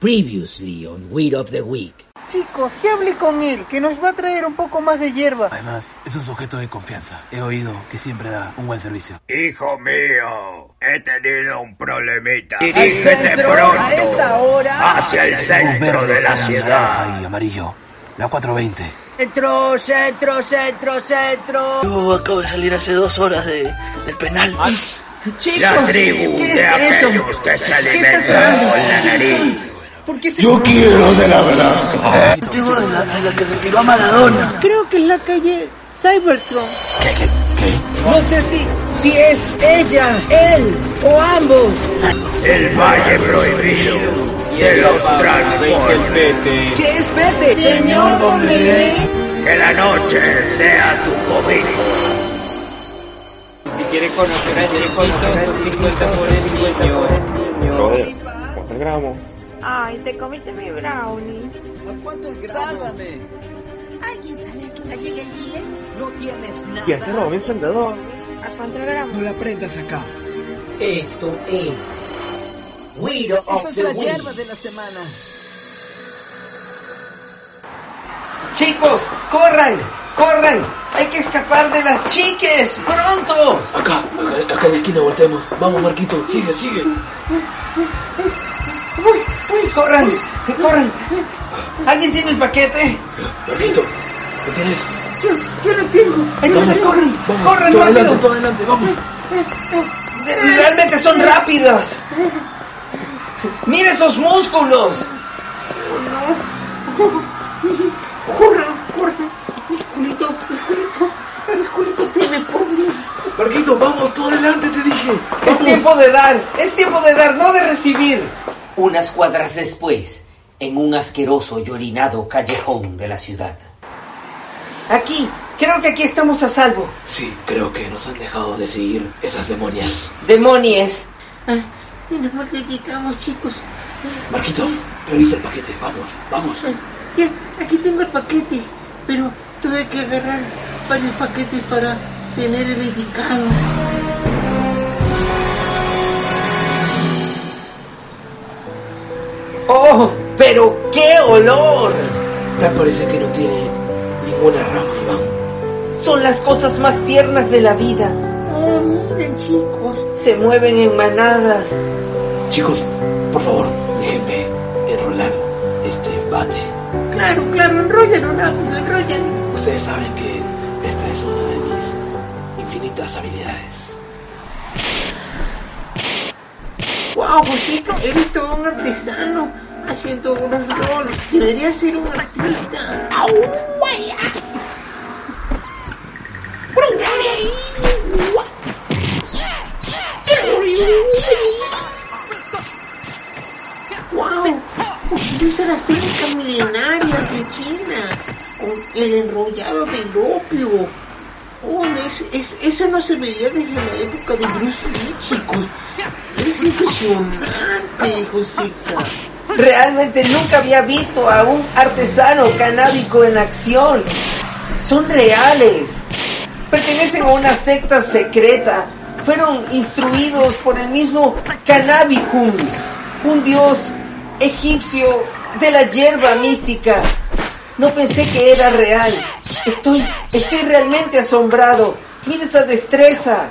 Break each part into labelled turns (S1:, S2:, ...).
S1: Previously on Weed of the Week.
S2: Chicos, ya hablé con él, que nos va a traer un poco más de hierba.
S3: Además, es un sujeto de confianza. He oído que siempre da un buen servicio.
S4: Hijo mío, he tenido un problemita.
S5: Dirígete
S4: Dirígete
S5: centro?
S4: pronto
S5: ¿A esta hora?
S4: hacia el centro de la ciudad.
S3: Y amarillo. La 420.
S5: Centro, centro, centro, centro.
S6: Yo acabo de salir hace dos horas de, del penal.
S5: Chicos,
S4: La tribu
S5: ¿qué
S4: de
S5: es eso?
S4: aquellos que se
S5: ¿Qué está
S4: alimentan
S5: sonando?
S4: con la
S5: ¿Quiénes
S4: nariz.
S5: son? ¿Por qué se
S7: quiero de la verdad.
S6: Antiguo de la, de la que retiró a Maradona.
S2: Creo que es la calle Cybertron.
S5: No sé si, si es ella, él o ambos.
S4: El valle prohibido de los transformes.
S5: ¿Qué es Pete? Señor Don Miguel.
S4: Que la noche sea tu cobijo.
S8: Ay, te comiste mi brownie.
S5: Sálvame.
S8: ¿Alguien sabe que no llega el dealer?
S5: No tienes nada.
S8: ¿A cuánto gramos?
S2: la prendas acá.
S1: Esto es Weed
S5: Esta
S1: of
S5: es
S1: the
S5: la
S1: Week.
S5: hierba de la semana.
S2: Chicos, corran, corran. Hay que escapar de las chiques, pronto.
S6: Acá, acá, acá en la esquina volteemos. Vamos, Marquito, sigue, sigue.
S2: Uy, uy, corran, corran. ¿Alguien tiene el paquete?
S6: Marquito, ¿lo tienes?
S2: Entonces corran,
S6: Vamos,
S2: corran
S6: tú
S2: rápido.
S6: adelante, tú adelante, vamos.
S2: De- Realmente son rápidas. Mira esos músculos.
S6: Marquito, vamos, tú adelante, te dije.
S2: Es tiempo de dar, es tiempo de dar, no de recibir.
S1: Unas cuadras después, en un asqueroso y orinado callejón de la ciudad.
S2: Aquí, creo que aquí estamos a salvo.
S6: Sí, creo que nos han dejado de seguir esas demonias.
S2: Demonies.
S6: Marquito, revisa el paquete, vamos, vamos.
S9: Ya, aquí tengo el paquete, pero tuve que agarrar varios paquetes para tener el indicado.
S2: Oh, pero qué olor.
S6: Tal parece que no tiene ninguna rama, Iván.
S2: Son las cosas más tiernas de la vida.
S9: Oh, miren chicos,
S2: Se mueven en manadas.
S6: Chicos, por favor, déjenme enrolar este bate.
S9: claro, claro, enróllalo rápido, enróllalo.
S6: Ustedes saben que esta es una de mis infinitas habilidades.
S9: Wow, Josito, eres todo un artesano haciendo unos rolos. Deberías ser un artista. Wow, utiliza las técnicas milenarias de China con el enrollado del opio. Oh, es, es- esa no se veía desde la época de Bruce Lee, chicos. Eres impresionante, Josica.
S2: Realmente nunca había visto a un artesano canábico en acción. Son reales. Pertenecen a una secta secreta. Fueron instruidos por el mismo Cannabicus, un dios egipcio de la hierba mística. No pensé que era real. Estoy, estoy realmente asombrado. Mira esa destreza.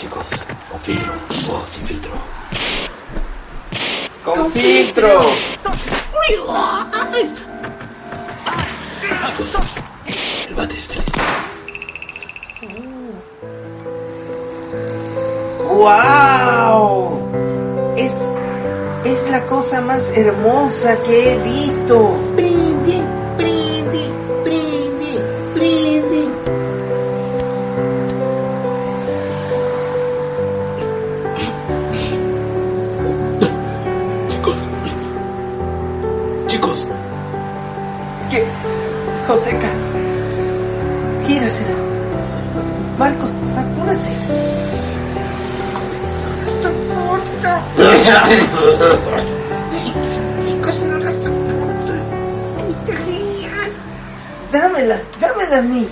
S6: Chicos, con filtro o sin filtro.
S2: Con filtro.
S6: Chicos, el bate está listo.
S2: ¡Wow! Es, es la cosa más hermosa que he visto.
S9: Prende, prende, prende, prende.
S2: Joseca, gírasela. Marcos, apúrate.
S9: ¡Está muerta! ¡Chicos, no la estoy ¡Está genial!
S2: Dámela, dámela a mí.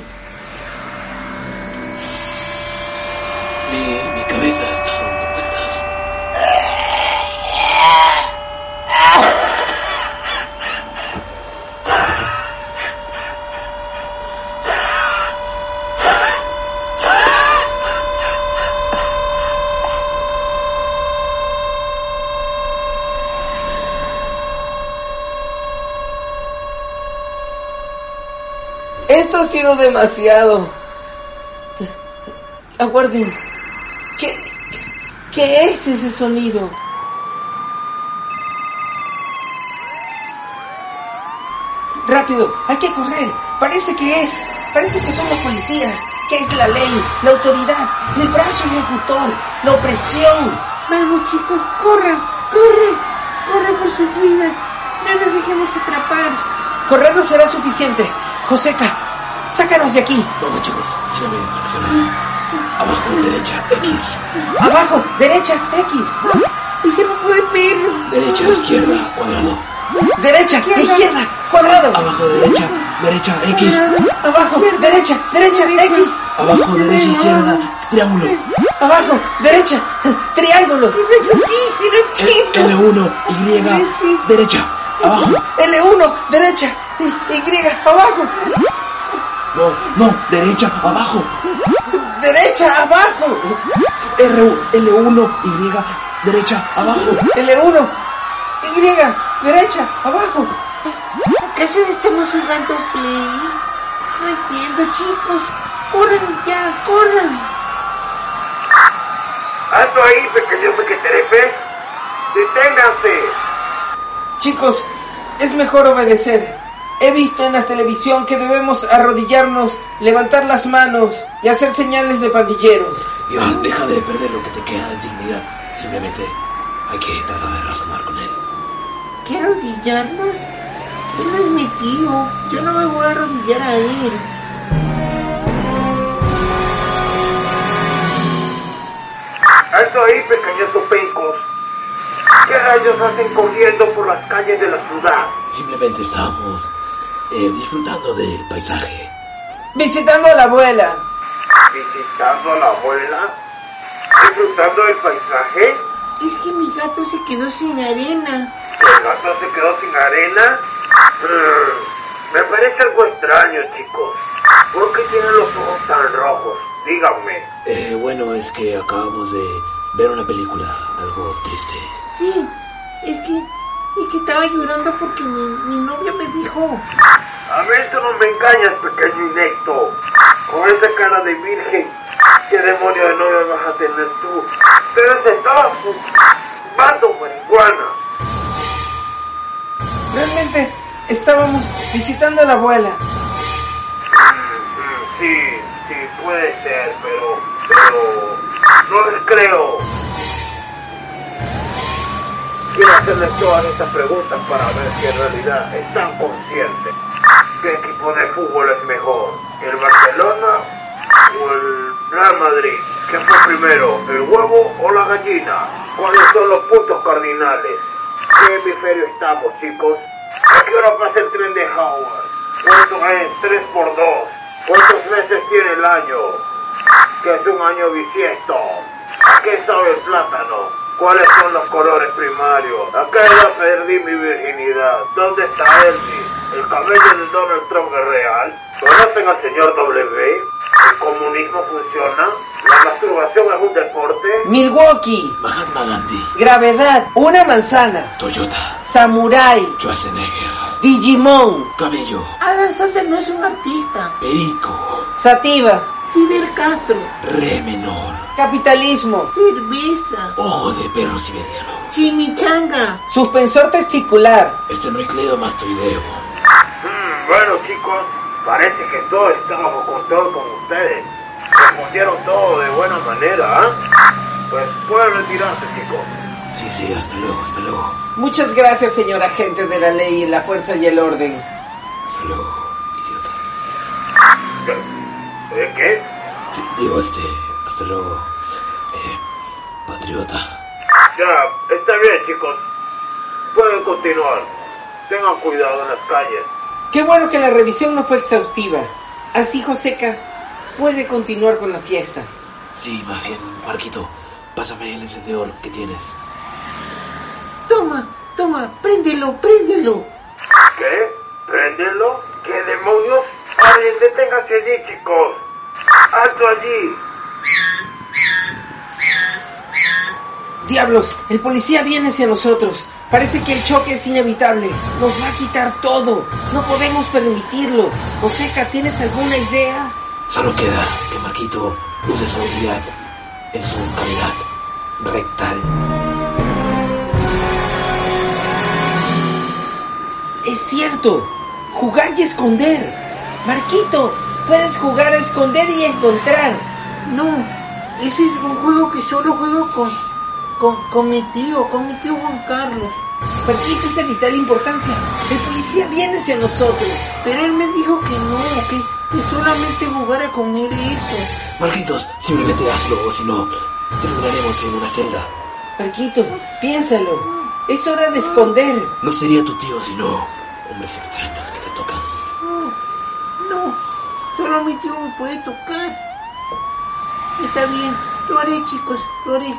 S6: Mi, mi cabeza está dando vueltas.
S2: Esto ha sido demasiado. Aguarden. ¿Qué, qué es ese sonido? Rápido, hay que correr. Parece que es. Parece que son los policías. Que es la ley, la autoridad, el brazo ejecutor, la opresión.
S5: Vamos chicos, corran, corran, corran por sus vidas. No nos dejemos atrapar.
S2: Correr no será suficiente. Joseca, sácanos de aquí.
S6: Vamos, chicos, síganme mis instrucciones. Abajo, derecha, X.
S2: Abajo, derecha, X.
S5: Y se me puede perro.
S6: Derecha, izquierda, cuadrado.
S2: Derecha, izquierda, cuadrado.
S6: Abajo, derecha, derecha, X.
S2: Abajo, derecha, derecha, X.
S6: Abajo, derecha, izquierda, triángulo.
S2: Abajo, derecha, triángulo.
S5: Difícil, no entiendo.
S6: L1, Y, derecha. Abajo.
S2: L1, derecha, Y, abajo.
S6: No, no, derecha, abajo.
S2: Derecha, abajo.
S6: R, L1, Y, derecha, abajo.
S2: L1, Y, derecha, abajo.
S9: ¿Acaso estamos jugando este play? No entiendo, chicos. Corran ya, corran.
S4: ¡Alto ahí, pequeños mequeterefes! ¡Deténganse!
S2: Chicos, es mejor obedecer. He visto en la televisión que debemos arrodillarnos, levantar las manos y hacer señales de pandilleros.
S6: Iván, deja de perder lo que te queda de dignidad. Simplemente hay que tratar de razonar con él.
S9: ¿Qué arrodillarnos? Él no es mi tío. Yo no me voy a arrodillar a él.
S4: ¡Alto ahí, pequeños pencos! ¿Qué rayos hacen corriendo por las calles de la ciudad?
S6: Simplemente estamos eh, disfrutando del paisaje.
S2: Visitando a la abuela.
S4: ¿Visitando a la abuela? ¿Disfrutando del paisaje?
S9: Es que mi gato se quedó sin arena.
S4: ¿El gato se quedó sin arena? Mm, me parece algo extraño, chicos. ¿Por qué tienen los ojos tan rojos? Díganme.
S6: Eh, bueno, es que acabamos de ver una película algo triste.
S9: Sí, es que, es que estaba llorando porque mi, mi novia me dijo.
S4: A ver, tú no me engañas, pequeño inecto. Con esa cara de virgen, ¿qué demonio de novia vas a tener tú? Tú eres de todo fumando marihuana.
S2: Realmente estábamos visitando a la abuela.
S4: Mm, Sí, sí, puede ser, pero... pero... No les creo. Quiero hacerles todas estas preguntas para ver si en realidad están conscientes. ¿Qué equipo de fútbol es mejor? ¿El Barcelona o el Real Madrid? ¿Qué fue primero? ¿El huevo o la gallina? ¿Cuáles son los puntos cardinales? ¿Qué hemisferio estamos, chicos? ¿A qué hora pasa el tren de Howard? ¿Cuánto es 3 por 2 ¿Cuántos meses tiene el año? que es un año bisiesto. ¿A qué sabe el plátano? ¿Cuáles son los colores primarios? ¿A qué edad perdí mi virginidad? ¿Dónde está Elvis? ¿El cabello de Donald Trump es real? ¿Conocen al señor W? ¿El comunismo funciona? ¿La masturbación es un deporte?
S2: Milwaukee,
S6: Mahatma Gandhi,
S2: gravedad, una manzana,
S6: Toyota,
S2: samurai,
S6: Schwarzenegger,
S2: Digimon,
S6: Camello,
S9: Adam Sandler no es un artista.
S6: Perico,
S2: sativa,
S9: Fidel Castro.
S6: Re menor,
S2: capitalismo,
S9: Cerveza.
S6: ojo de perro siberiano, Este
S9: Chimichanga.
S2: suspensor testicular,
S6: esternocleidomastoideo,
S4: Mm, bueno, chicos, parece que todo está bajo control con ustedes. Respondieron todo de buena manera, ¿ah? Pues pueden retirarse, chicos.
S6: Sí, sí, hasta luego, hasta luego,
S2: Muchas gracias, señor agente de la ley, la fuerza y el orden.
S6: hasta luego, idiota.
S4: ¿Eh,
S6: luego, este. Hasta luego. eh, patriota.
S4: Ya, está bien, chicos. Pueden continuar. Tengan cuidado en las calles.
S2: Qué bueno que la revisión no fue exhaustiva. Así Joseca puede continuar con la fiesta.
S6: Sí, más bien, Marquito, pásame el encendedor que tienes.
S5: Toma, toma, préndelo, préndelo.
S4: ¿Qué? ¿Prenderlo? ¿Qué demonios? Alguien deténgase allí, chicos. ¡Alto allí!
S2: Diablos, el policía viene hacia nosotros. Parece que el choque es inevitable. Nos va a quitar todo. No podemos permitirlo. Joseca, ¿tienes alguna idea?
S6: Solo queda que Marquito use esa habilidad en su cavidad rectal.
S2: Es cierto. Jugar y esconder. Marquito, puedes jugar a esconder y encontrar.
S5: No, ese es un juego que solo juego con, con, con mi tío, con mi tío Juan Carlos.
S2: Marquito es de vital importancia. El policía viene hacia nosotros.
S5: Pero él me dijo que no, que, que solamente jugara con él y esto.
S6: Marquitos, simplemente hazlo, o si no, terminaremos en una celda.
S2: Marquito, piénsalo. Es hora de esconder.
S6: No sería tu tío, sino hombres extraños que te tocan.
S5: No, solo mi tío me puede tocar. Está bien, lo haré chicos, lo haré.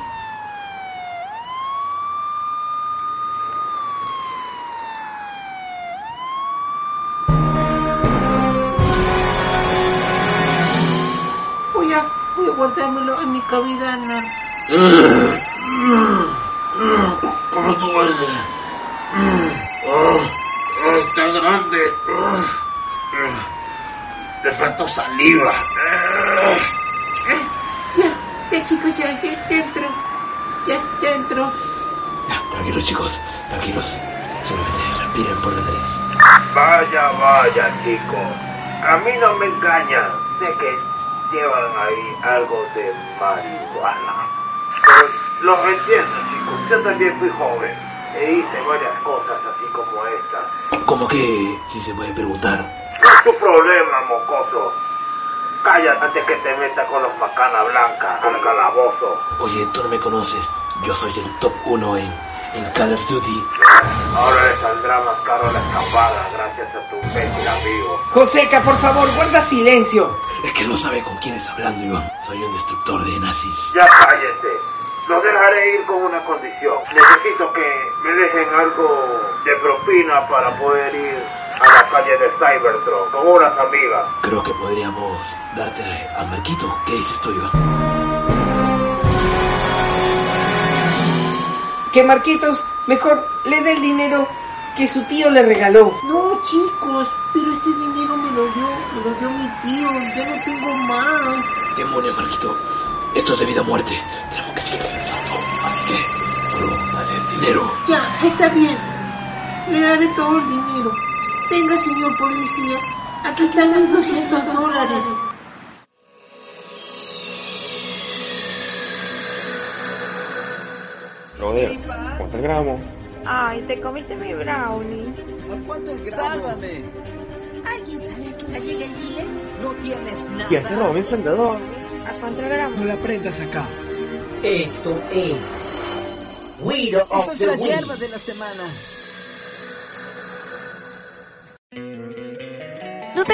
S5: Voy a, voy a guardármelo en mi cavidad anal.
S4: ¿Cómo tú duele? está grande. Le faltó saliva.
S5: Ya, ya chicos, ya, ya, ya entro. Ya, ya entro.
S6: Ya, tranquilos chicos, tranquilos. Simplemente respiren por la nariz.
S4: Vaya, vaya, chicos. A mí no me engañan de que llevan ahí algo de marihuana. Pero lo entiendo, chicos. Yo también fui joven e hice varias cosas así como esta.
S6: Como que, si se puede preguntar,
S4: No es tu problema, mocoso. Cállate antes que te metas con los macana blanca al calabozo.
S6: oye, tú no me conoces, yo soy el top 1 en, en Call of Duty.
S4: Ahora le saldrá más caro la escapada gracias a tu imbécil amigo.
S2: Joseca, por favor, guarda silencio.
S6: Es que no sabe con quién está hablando, Iván. Soy un destructor de nazis.
S4: Ya cállate. Los dejaré ir con una condición. Necesito que me dejen algo de propina para poder ir a la calle de Cybertron con unas amigas.
S6: Creo que podríamos darte a Marquito. ¿Qué dices tú, Iván?
S2: Que Marquitos mejor le dé el dinero que su tío le regaló.
S5: No, chicos, pero este dinero me lo dio, me lo dio mi tío, ya no tengo más.
S6: Demonio, Marquito. Esto es de vida o muerte. Tenemos que seguir avanzando. Así que, solo dale el dinero.
S5: Ya, está bien. Le daré todo el dinero. Tenga, señor policía, aquí están mis 200 dólares.
S10: Brother, ¿cuánto el gramo?
S8: Ay, te comiste mi brownie. Sálvame. ¿Alguien sabe a qué hora llega el dealer? No tienes nada.
S10: Y hace robó mi encendedor.
S8: ¿A cuánto gramos?
S11: la prendas acá.
S12: Esto es. Weed
S11: Esta
S12: of
S11: es
S12: the
S11: la
S12: Week.
S11: hierba de la semana.
S9: ¿No te